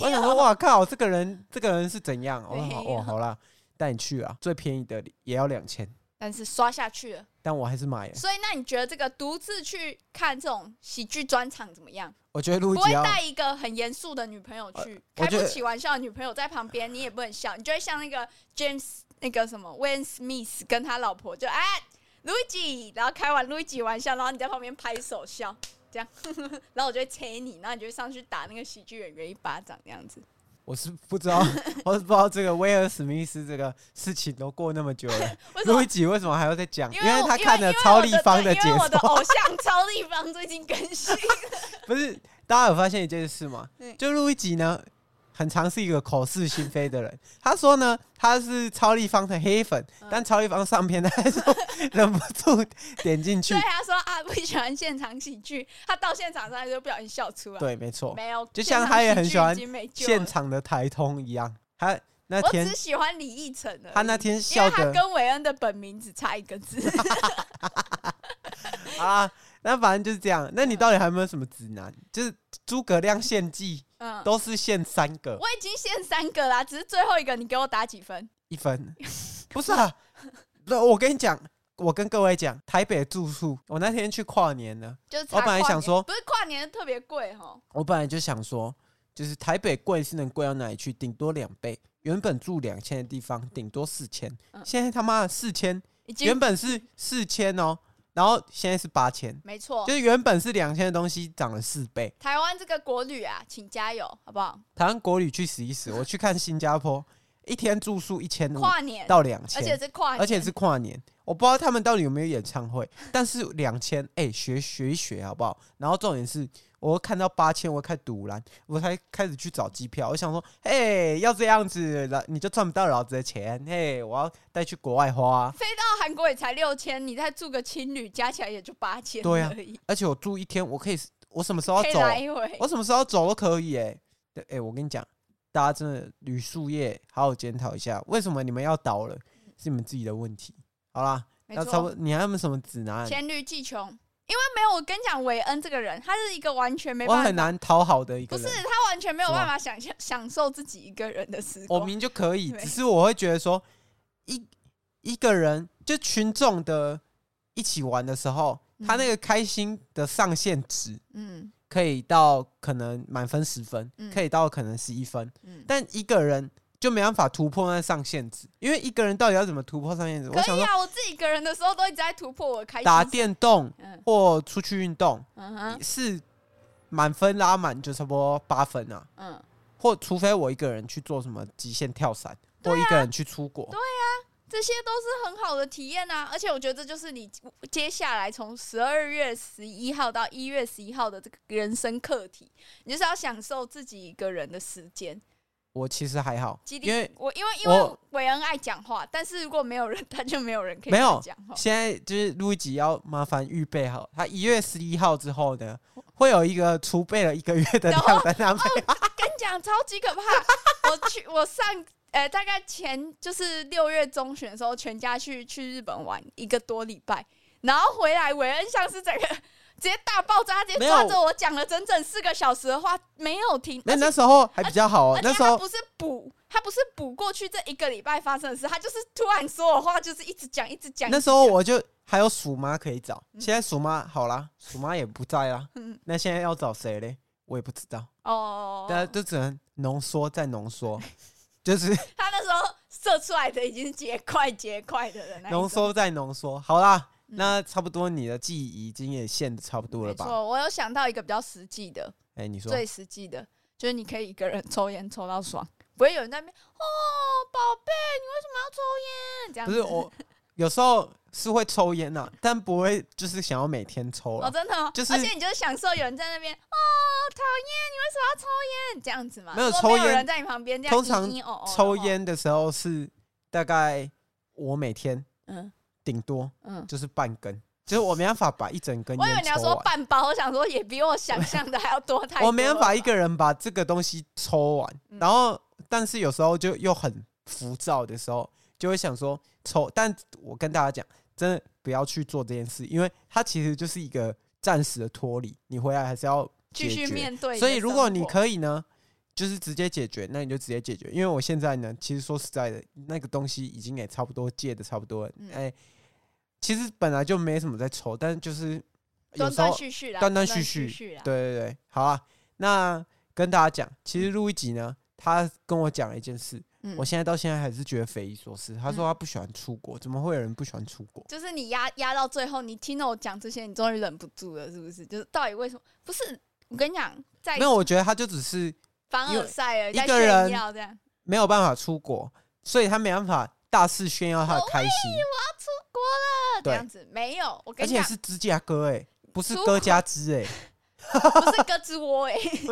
Speaker 3: 我
Speaker 4: 没
Speaker 3: 想
Speaker 4: 有
Speaker 3: 说，哇靠，这个人这个人是怎样？我说好，
Speaker 4: 没有
Speaker 3: 哦，好啦，带你去啊，最便宜的也要两千，
Speaker 4: 但是刷下去了。
Speaker 3: 但我还是买了。
Speaker 4: 所以那你觉得这个独自去看这种喜剧专场怎么样？
Speaker 3: 我觉得路
Speaker 4: 不
Speaker 3: 易
Speaker 4: 会
Speaker 3: 吉要，
Speaker 4: 带一个很严肃的女朋友去，
Speaker 3: 啊呃我
Speaker 4: 开
Speaker 3: 觉
Speaker 4: 不
Speaker 3: 得
Speaker 4: 起玩笑的女朋友在旁边，你也不能笑，你就会像那个 James 那个什么 w a n Smith 跟他老婆就哎 Luigi，然后开完 Luigi 玩笑，然后你在旁边拍手笑。这样， 然后我就会催你，然后你就会上去打那个喜剧演员一巴掌，这样子。
Speaker 3: 我是不知道， 我是不知道这个威尔史密斯这个事情都过那么久了，
Speaker 4: 为什么
Speaker 3: 路易吉为什么还要再讲？
Speaker 4: 因
Speaker 3: 因
Speaker 4: 为
Speaker 3: 为
Speaker 4: 我
Speaker 3: 他
Speaker 4: 因为
Speaker 3: 看
Speaker 4: 因
Speaker 3: 了
Speaker 4: 为
Speaker 3: 超
Speaker 4: 我
Speaker 3: 立
Speaker 4: 的
Speaker 3: 方
Speaker 4: 对
Speaker 3: 的解
Speaker 4: 因为我的
Speaker 3: 说，
Speaker 4: 偶像超立方最近 更新，
Speaker 3: 不是大家有发现一件事吗
Speaker 4: 嗯？
Speaker 3: 就路易吉呢，很常是一个口是心非的人。他说呢，他是超立方的黑粉，
Speaker 4: 嗯
Speaker 3: 但超立方上片他还是忍不住点进去
Speaker 4: 所以。他说啊不喜欢现场喜剧，他到现场上就不小心笑出来。
Speaker 3: 对，没错，
Speaker 4: 没有，
Speaker 3: 就像
Speaker 4: 现场
Speaker 3: 他也
Speaker 4: 喜
Speaker 3: 很
Speaker 4: 剧
Speaker 3: 喜欢
Speaker 4: 已经没救
Speaker 3: 现
Speaker 4: 了
Speaker 3: 场的台通一样。他那
Speaker 4: 我
Speaker 3: 天
Speaker 4: 只喜欢李义成而已
Speaker 3: 他那天
Speaker 4: 因
Speaker 3: 笑
Speaker 4: 为他
Speaker 3: 的
Speaker 4: 跟韦恩的本名只差一 个字。
Speaker 3: 啊，那反正就是这样。那你
Speaker 4: 嗯
Speaker 3: 到底还有没有什么指南？就是诸葛亮献计
Speaker 4: 嗯，
Speaker 3: 都是献三个
Speaker 4: 我已经限三个啦，只是最后一个你给我打几分？
Speaker 3: 一 分，不是啊？那我跟你讲，我跟各位讲，台北住宿，我那天去跨年呢，
Speaker 4: 就是差
Speaker 3: 我本来
Speaker 4: 跨
Speaker 3: 想
Speaker 4: 年
Speaker 3: 说
Speaker 4: 不是跨年特别贵哈。
Speaker 3: 我本来就想说，就是台北贵是能贵到哪里去？顶多两倍。原本住两千的地方，顶多四千
Speaker 4: 嗯，
Speaker 3: 现在他妈的四千，
Speaker 4: 已经
Speaker 3: 原本是四千哦，然后现在是八千，
Speaker 4: 没错
Speaker 3: 就。是原本是两千的东西涨了四倍。
Speaker 4: 台湾这个国旅啊，请加油，好不好？
Speaker 3: 台湾国旅去死一死，我去看新加坡，一天住宿一千五
Speaker 4: 跨年，
Speaker 3: 到两
Speaker 4: 而且
Speaker 3: 千，
Speaker 4: 是跨年，
Speaker 3: 嗯而且是跨年，我不知道他们到底有没有演唱会，但是两千哎学学一学好不好？然后重点是我看到八千，我开赌蓝，我才开始去找机票，我想说，嘿，要这样子，老你就赚不到老子的钱，嘿，我要带去国外花。
Speaker 4: 飞到韩国也才六千，你再住个青旅，加起来也就八千
Speaker 3: 对啊
Speaker 4: 而已，
Speaker 3: 而且我住一天，我可以，我什么时候
Speaker 4: 可
Speaker 3: 要
Speaker 4: 以
Speaker 3: 走？
Speaker 4: 来回。
Speaker 3: 我什么时候走都可以哎、对，哎、我跟你讲，大家真的旅宿业好好检讨一下，为什么你们要倒了，是你们自己的问题。好啦，
Speaker 4: 没
Speaker 3: 那差不
Speaker 4: 错
Speaker 3: 多，，嗯你还有没有什么指南？
Speaker 4: 黔驴技穷。因为没有，我跟你讲，韦恩这个人，他是一个完全没
Speaker 3: 我
Speaker 4: 办
Speaker 3: 很
Speaker 4: 法，
Speaker 3: 难讨好的一个
Speaker 4: 不是
Speaker 3: 人。
Speaker 4: 他完全没有
Speaker 3: 是吗
Speaker 4: 办法想象享受自己一个人的时
Speaker 3: 我
Speaker 4: 光。
Speaker 3: 明就可以，
Speaker 4: 对
Speaker 3: 只是我会觉得说，一一个人就群众的一起玩的时候，他
Speaker 4: 嗯
Speaker 3: 那个开心的上限值
Speaker 4: 嗯
Speaker 3: 可以到可能满分十分，
Speaker 4: 嗯
Speaker 3: 可以到可能十一分，
Speaker 4: 嗯，
Speaker 3: 但一个人就没办法突破那上限值，因为一个人到底要怎么突破上限值？我
Speaker 4: 可
Speaker 3: 想
Speaker 4: 以
Speaker 3: 说，
Speaker 4: 啊，我自己一个人的时候都一直在突破我的开心。
Speaker 3: 打，电动
Speaker 4: 啊嗯
Speaker 3: 或出去运动
Speaker 4: 嗯哼，
Speaker 3: 是满分拉满就差不多八分啊，
Speaker 4: 嗯，
Speaker 3: 或除非我一个人去做什么极限跳伞，
Speaker 4: 啊
Speaker 3: 或一个人去出国。
Speaker 4: 这些都是很好的体验啊。而且我觉得这就是你接下来从十二月十一号到一月十一号的这个人生课题，你就是要享受自己一个人的时间。
Speaker 3: 我其实还好，
Speaker 4: 基地
Speaker 3: 因为
Speaker 4: 我因为因为
Speaker 3: 我
Speaker 4: 韦恩爱讲话，但是如果没有人， 他就没有人可以
Speaker 3: 没有
Speaker 4: 跟他讲话。
Speaker 3: 现在就是录一集要麻烦预备好，他一月十一号之后呢，会有一个储备了一个月的
Speaker 4: 哦 然后哦
Speaker 3: 量单安排。
Speaker 4: 跟你讲，超级 可怕！我去，我上呃大概前就是六月中旬的时候，全家去去日本玩一个多礼拜，然后回来，韦恩像是整个直接大爆炸，直接
Speaker 3: 没有
Speaker 4: 抓着我讲了整整四个小时的话，没有停。
Speaker 3: 那
Speaker 4: 而且
Speaker 3: 那时候还比较好哦
Speaker 4: 而，且
Speaker 3: 那时
Speaker 4: 他
Speaker 3: 候
Speaker 4: 不是补，他不是补过去这一个礼拜发生的事，他就是突然说我话，就是一直讲，一直讲。
Speaker 3: 那时候我就还有鼠妈可以找，
Speaker 4: 嗯
Speaker 3: 现在鼠妈好啦，鼠妈也不在啦，
Speaker 4: 嗯
Speaker 3: 那现在要找谁嘞？我也不知道，
Speaker 4: 哦，
Speaker 3: 大家就只能浓缩再浓 缩，就是
Speaker 4: 他那时候射出来的已经是结块结块的了，那一种
Speaker 3: 浓缩再浓缩。好啦，
Speaker 4: 嗯
Speaker 3: 那差不多你的记忆已经也限的差不多了
Speaker 4: 没
Speaker 3: 吧？
Speaker 4: 错，我有想到一个比较实际的，
Speaker 3: 哎，你说
Speaker 4: 最实际的，就是你可以一个人抽烟抽到爽，不会有人在那边哦，宝贝，你为什么要抽烟？这样
Speaker 3: 不
Speaker 4: 子
Speaker 3: 是我有时候是会抽烟呐，但不会就是想要每天抽
Speaker 4: 哦，
Speaker 3: 了，
Speaker 4: 真的吗？
Speaker 3: 就是
Speaker 4: 而且你就是享受有人在那边哦，讨厌，你为什么要抽烟？这样子嘛，
Speaker 3: 没有
Speaker 4: 如果
Speaker 3: 抽
Speaker 4: 没
Speaker 3: 烟
Speaker 4: 有人在你旁边这样
Speaker 3: 通常
Speaker 4: 咦咦哦哦的话
Speaker 3: 抽，烟的时候是大概我每天
Speaker 4: 嗯
Speaker 3: 顶多
Speaker 4: 嗯。
Speaker 3: 就是半根，就是我没办法把一整根
Speaker 4: 我以为
Speaker 3: 烟
Speaker 4: 你要
Speaker 3: 抽
Speaker 4: 说
Speaker 3: 完。
Speaker 4: 半包，我想说也比我想象的还要多太多。
Speaker 3: 我没办法一，个人把这个东西抽完，
Speaker 4: 嗯
Speaker 3: 然后但是有时候就又很浮躁的时候，就会想说抽。但我跟大家讲，真的不要去做这件事，因为它其实就是一个暂时的脱离，你回来还是要
Speaker 4: 继续
Speaker 3: 解决
Speaker 4: 面对你的生活。
Speaker 3: 所以如果你可以呢，就是直接解决，那你就直接解决。因为我现在呢，其实说实在的，那个东西已经也差不多戒的差不多了，
Speaker 4: 嗯
Speaker 3: 哎、其实本来就没什么在抽，但是就是有
Speaker 4: 断
Speaker 3: 时候
Speaker 4: 断续续啦，
Speaker 3: 断断
Speaker 4: 续
Speaker 3: 续续
Speaker 4: 啦，
Speaker 3: 对对对，好啊。那跟大家讲，其实录一集呢，他跟我讲了一件事，
Speaker 4: 嗯
Speaker 3: 我现在到现在还是觉得匪夷所思。他说
Speaker 4: 嗯
Speaker 3: 他不喜欢出国，怎么会有人不喜欢出国？
Speaker 4: 就是你压压到最后，你听到我讲这些，你终于忍不住了，是不是？就是到底为什么？不是我跟你讲，在
Speaker 3: 没有，我觉得他就只是
Speaker 4: 凡尔赛尔
Speaker 3: 因为一
Speaker 4: 在
Speaker 3: 个人
Speaker 4: 炫耀这样，
Speaker 3: 没有办法出国，所以他没办法大肆炫耀他的开心，
Speaker 4: 出国了这
Speaker 3: 对
Speaker 4: 样子没有。我
Speaker 3: 而
Speaker 4: 跟你
Speaker 3: 且
Speaker 4: 讲，
Speaker 3: 是芝加哥哎、不是
Speaker 4: 出
Speaker 3: 哥加芝哎、
Speaker 4: 不是胳肢窝哎，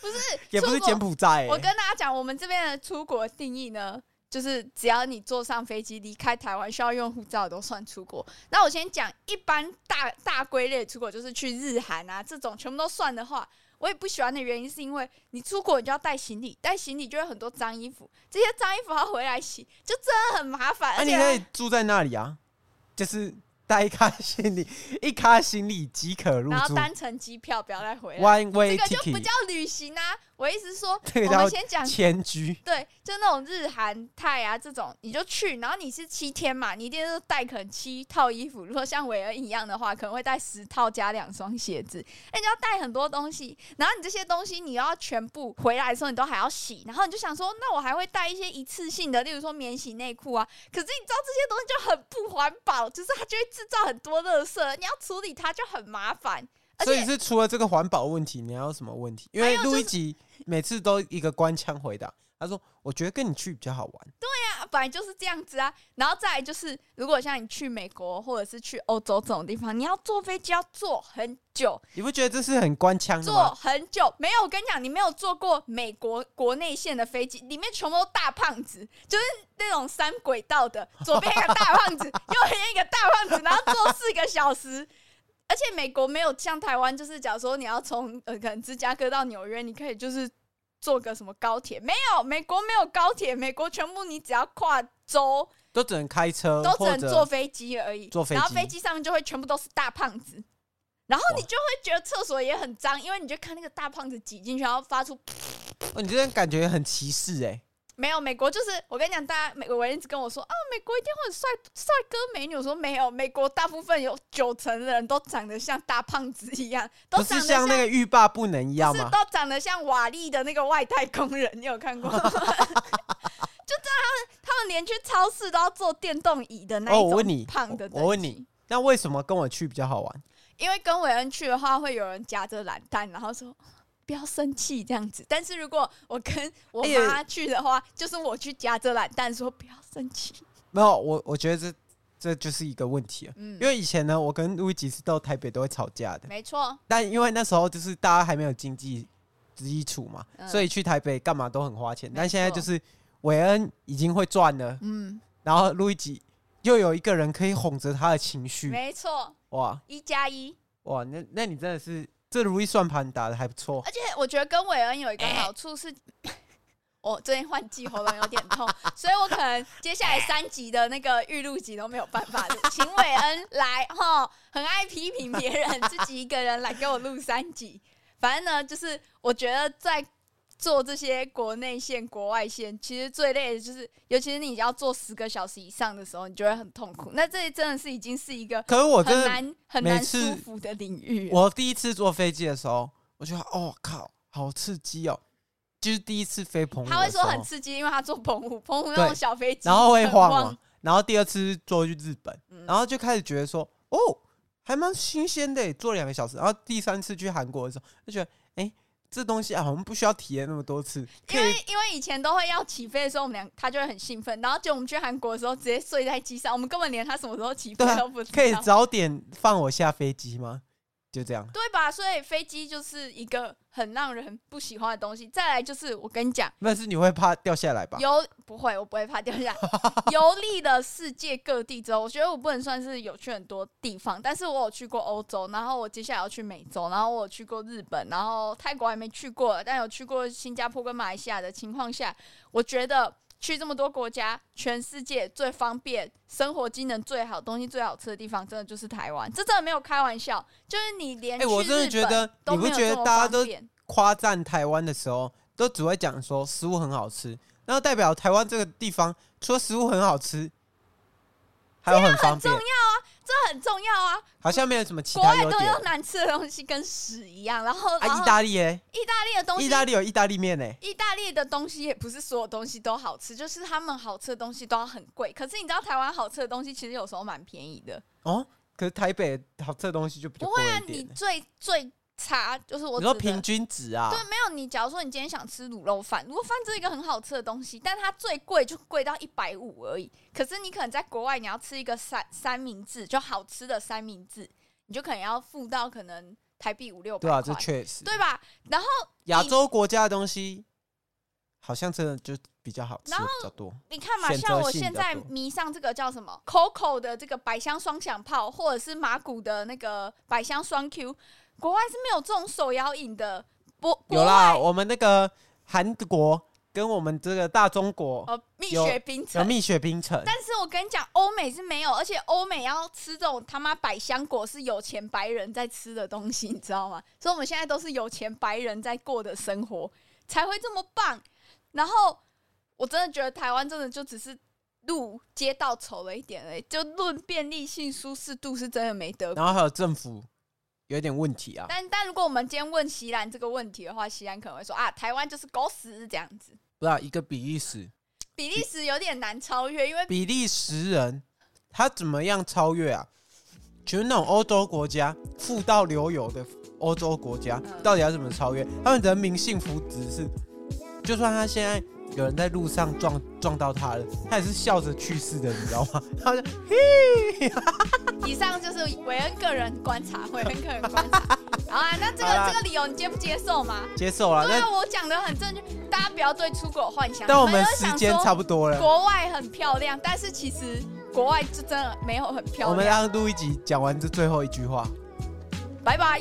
Speaker 4: 不是，
Speaker 3: 也不是
Speaker 4: 出国
Speaker 3: 柬埔寨哎、
Speaker 4: 我跟大家讲，我们这边的出国定义呢，就是只要你坐上飞机离开台湾，需要用护照的都算出国。那我先讲，一般大大归类出国就是去日韩啊这种，全部都算的话。我也不喜欢的原因是因为你出国你就要带行李，带行李就会很多脏衣服，这些脏衣服还要回来洗，就真的很麻烦。
Speaker 3: 那、
Speaker 4: 而
Speaker 3: 啊你
Speaker 4: 且
Speaker 3: 可以住在那里啊，就是带一咖行李，一咖行李即可入
Speaker 4: 然后
Speaker 3: 住
Speaker 4: 单程机票不要再回来，
Speaker 3: ，one way
Speaker 4: 这个就不
Speaker 3: ticket，
Speaker 4: 叫旅行啊。我意思是说，
Speaker 3: 这个
Speaker 4: 我
Speaker 3: 叫
Speaker 4: 们先讲
Speaker 3: 迁居。
Speaker 4: 对，就那种日韩泰啊这种，你就去，然后你是七天嘛，你一定是带可能七套衣服。如果像韦恩一样的话，可能会带十套加两双鞋子。那你要带很多东西，然后你这些东西你要全部回来的时候，你都还要洗。然后你就想说，那我还会带一些一次性的，例如说免洗内裤啊。可是你知道这些东西就很不环保，就是它就会制制造很多垃圾，你要处理它就很麻烦。而
Speaker 3: 所以
Speaker 4: 且
Speaker 3: 是除了这个环保问题，你还有什么问题？因
Speaker 4: 还
Speaker 3: 为
Speaker 4: 有
Speaker 3: 录
Speaker 4: 就
Speaker 3: 一
Speaker 4: 是
Speaker 3: 集每次都一个官腔回答，他说：“我觉得跟你去比较好玩。
Speaker 4: 啊本来就是这样子啊，然后再来就是，如果像你去美国或者是去欧洲这种地方，你要坐飞机要坐很久，”
Speaker 3: 你不觉得这是很官腔的
Speaker 4: 坐
Speaker 3: 吗？
Speaker 4: 很久。没有，我跟你讲，你没有坐过美国国内线的飞机，里面全部都大胖子，就是那种三轨道的，左边一个大胖子，右边一个大胖子，然后坐四个小时。而且美国没有像台湾，就是假如说你要从呃可能芝加哥到纽约，你可以就是坐个什么高铁，没有，美国没有高铁，美国全部你只要跨州
Speaker 3: 都只能开车，
Speaker 4: 都只
Speaker 3: 呃或
Speaker 4: 能坐
Speaker 3: 者
Speaker 4: 飞机而已，
Speaker 3: 坐飞
Speaker 4: 然后
Speaker 3: 机
Speaker 4: 飞机上面就会全部都是大胖子，然后你就会觉得厕所也很脏，因为你就看那个大胖子挤进去，然后发出
Speaker 3: 哦，你这样感觉很歧视哎、
Speaker 4: 没有美国就是我跟你讲，大家美国人一直跟我说啊，美国一定会有帅帅哥美女，我说没有，美国大部分有九成的人都长得像大胖子一样，都
Speaker 3: 不
Speaker 4: 长
Speaker 3: 是
Speaker 4: 得
Speaker 3: 像那个欲罢不能一样
Speaker 4: 是
Speaker 3: 吗？
Speaker 4: 都长得像瓦力的那个外太空人，你有看过吗？就 真的，他们他们连去超市都要坐电动椅的那一
Speaker 3: 哦，我问
Speaker 4: 种
Speaker 3: 你
Speaker 4: 胖的，
Speaker 3: 我我问你，那为什么跟我去比较好玩？
Speaker 4: 因为跟韦恩去的话，会有人夹着懒蛋，然后说不要生气这样子。但是如果我跟我
Speaker 3: 哎呀
Speaker 4: 妈去的话，就是我去夹着懒蛋说不要生气。
Speaker 3: 没有，我我觉得这这就是一个问题了。
Speaker 4: 嗯
Speaker 3: 因，为以前呢，我跟路易吉是到台北都会吵架的，
Speaker 4: 没错，
Speaker 3: 但因为那时候就是大家还没有经济基础嘛，
Speaker 4: 嗯
Speaker 3: 所以去台北干嘛都很花钱。
Speaker 4: 没
Speaker 3: 但现在
Speaker 4: 错
Speaker 3: 就是韦恩已经会赚了，
Speaker 4: 嗯，
Speaker 3: 然后路易吉又有一个人可以哄着他的情绪，
Speaker 4: 没错，
Speaker 3: 哇
Speaker 4: 一加一。
Speaker 3: 哇，那那你真的是这如意算盘打的还不错。
Speaker 4: 而且我觉得跟韦恩有一个
Speaker 3: 哎
Speaker 4: 好处是， 我最近换季喉咙有点痛，所以我可能接下来三集的那个预录集都没有办法录，请韦恩来哈，很爱批评别人，自己一个人来给我录三集。反正呢，就是我觉得在做这些国内线、国外线，其实最累的就是，尤其是你要做十个小时以上的时候，你就会很痛苦。那这真的是已经是一个
Speaker 3: 可是我真
Speaker 4: 很
Speaker 3: 的
Speaker 4: 难、很
Speaker 3: 每
Speaker 4: 难
Speaker 3: 次
Speaker 4: 舒服的领域。
Speaker 3: 我第一次坐飞机的时候，我觉得哦靠，好刺激哦！就是第一次飞澎湖，
Speaker 4: 他会说很，刺激，因为他坐澎湖，澎湖那种
Speaker 3: 对
Speaker 4: 小飞机，
Speaker 3: 然后会
Speaker 4: 很
Speaker 3: 晃
Speaker 4: 旺
Speaker 3: 嘛，然后第二次坐去日本，
Speaker 4: 嗯
Speaker 3: 然后就开始觉得说哦，还蛮新鲜的耶，欸坐两个小时。然后第三次去韩国的时候，就觉得哎、这东西啊，我们不需要体验那么多次，可以
Speaker 4: 因为因为以前都会要起飞的时候，我们俩他就会很兴奋，然后就我们去韩国的时候直接睡在机上，我们根本连他什么时候起飞
Speaker 3: 对啊
Speaker 4: 都不知道，
Speaker 3: 可以早点放我下飞机吗？就这样，
Speaker 4: 对吧？所以飞机就是一个很让人不喜欢的东西。再来就是我跟你讲，
Speaker 3: 但是你会怕掉下来吧？
Speaker 4: 游不会，我不会怕掉 下来。游历了世界各地之后，我觉得我不能算是有去很多地方，但是我有去过欧洲，然后我接下来要去美洲，然后我有去过日本，然后泰国还没去过，但有去过新加坡跟马来西亚的情况下，我觉得去这么多国家，全世界最方便、生活机能最好、东西最好吃的地方，真的就是台湾。这真的没有开玩笑，就是你连去
Speaker 3: 哎我真的
Speaker 4: 日
Speaker 3: 觉
Speaker 4: 本
Speaker 3: 得
Speaker 4: 都
Speaker 3: 你不
Speaker 4: 没有
Speaker 3: 觉
Speaker 4: 这
Speaker 3: 得
Speaker 4: 么
Speaker 3: 大家
Speaker 4: 方
Speaker 3: 都
Speaker 4: 便
Speaker 3: 夸赞台湾的时候，都只会讲说食物很好吃，然后代表台湾这个地方除了食物很好吃，还有很方
Speaker 4: 重
Speaker 3: 便，
Speaker 4: 这很重要啊！
Speaker 3: 好像没有什么其
Speaker 4: 国
Speaker 3: 他
Speaker 4: 外
Speaker 3: 优
Speaker 4: 都
Speaker 3: 点
Speaker 4: 有难吃的东西跟屎一样，然后
Speaker 3: 啊。
Speaker 4: 然后
Speaker 3: 意大利耶，
Speaker 4: 意大利的东西，
Speaker 3: 意大利有意大利面欸诶，
Speaker 4: 意大利的东西也不是所有东西都好吃，就是他们好吃的东西都要很贵。可是你知道台湾好吃的东西其实有时候蛮便宜的，
Speaker 3: 哦，可是台北好吃的东西就比较
Speaker 4: 不
Speaker 3: 贵
Speaker 4: 会啊
Speaker 3: 一，
Speaker 4: 你
Speaker 3: 点欸。
Speaker 4: 最最差就是我
Speaker 3: 你说
Speaker 4: 指的
Speaker 3: 平均值啊
Speaker 4: 对，，没有你。假如说你今天想吃卤肉饭，卤肉饭这是一个很好吃的东西，但它最贵就贵到一百五而已。可是你可能在国外，你要吃一个三三明治，就好吃的三明治，你就可能要付到可能台币五六百
Speaker 3: 对
Speaker 4: 块，
Speaker 3: 啊，这确实，
Speaker 4: 对吧？然后
Speaker 3: 亚洲国家的东西好像真的就比较好吃
Speaker 4: 然后
Speaker 3: 比较多。
Speaker 4: 你看嘛，
Speaker 3: 选择
Speaker 4: 像我
Speaker 3: 性
Speaker 4: 现
Speaker 3: 比较
Speaker 4: 在
Speaker 3: 多
Speaker 4: 迷上这个叫什么 Coco 的这个百香双响炮，或者是马古的那个百香双 Q，国外是没有这种手摇饮的。国国
Speaker 3: 有啦，
Speaker 4: 外
Speaker 3: 我们那个韩国跟我们这个大中国
Speaker 4: 呃蜜
Speaker 3: 有
Speaker 4: 雪冰
Speaker 3: 有
Speaker 4: 城，
Speaker 3: 蜜雪冰城，
Speaker 4: 但是我跟你讲，欧美是没有，而且欧美要吃这种他妈百香果是有钱白人在吃的东西，你知道吗？ 所以我们现在都是有钱白人在过的生活，才会这么棒。然后我真的觉得台湾真的就只是路街道丑了一点而已，就论便利性、舒适度是真的没得比。
Speaker 3: 然后还有政府有点问题啊，
Speaker 4: 但但如果我们今天问席兰这个问题的话，席兰可能会说啊，台湾就是狗屎这样子。
Speaker 3: 不知道一个比利时，
Speaker 4: 比利时有点难超越，因为
Speaker 3: 比利时人他怎么样超越啊？就是那种欧洲国家富到流油的欧洲国家
Speaker 4: 嗯，
Speaker 3: 到底要怎么超越？他们人民幸福指是，就算他现在有人在路上撞撞到他了，他也是笑着去世的，你知道吗？ 他就
Speaker 4: 以上就是韦恩个人观察，韦恩个人观察。 好啊，那这
Speaker 3: 好
Speaker 4: 个
Speaker 3: 啦
Speaker 4: 这个理由你接不接受嘛？
Speaker 3: 接受了。
Speaker 4: 对
Speaker 3: 那
Speaker 4: 啊，我讲的很正确，大家不要对出国有幻想。
Speaker 3: 但我
Speaker 4: 你
Speaker 3: 们
Speaker 4: 就
Speaker 3: 时
Speaker 4: 想
Speaker 3: 间
Speaker 4: 说
Speaker 3: 差不多了，
Speaker 4: 国外很漂亮，但是其实国外就真的没有很
Speaker 3: 我
Speaker 4: 漂
Speaker 3: 们
Speaker 4: 亮。
Speaker 3: 让录一集讲完这最后一句话。
Speaker 4: 拜拜。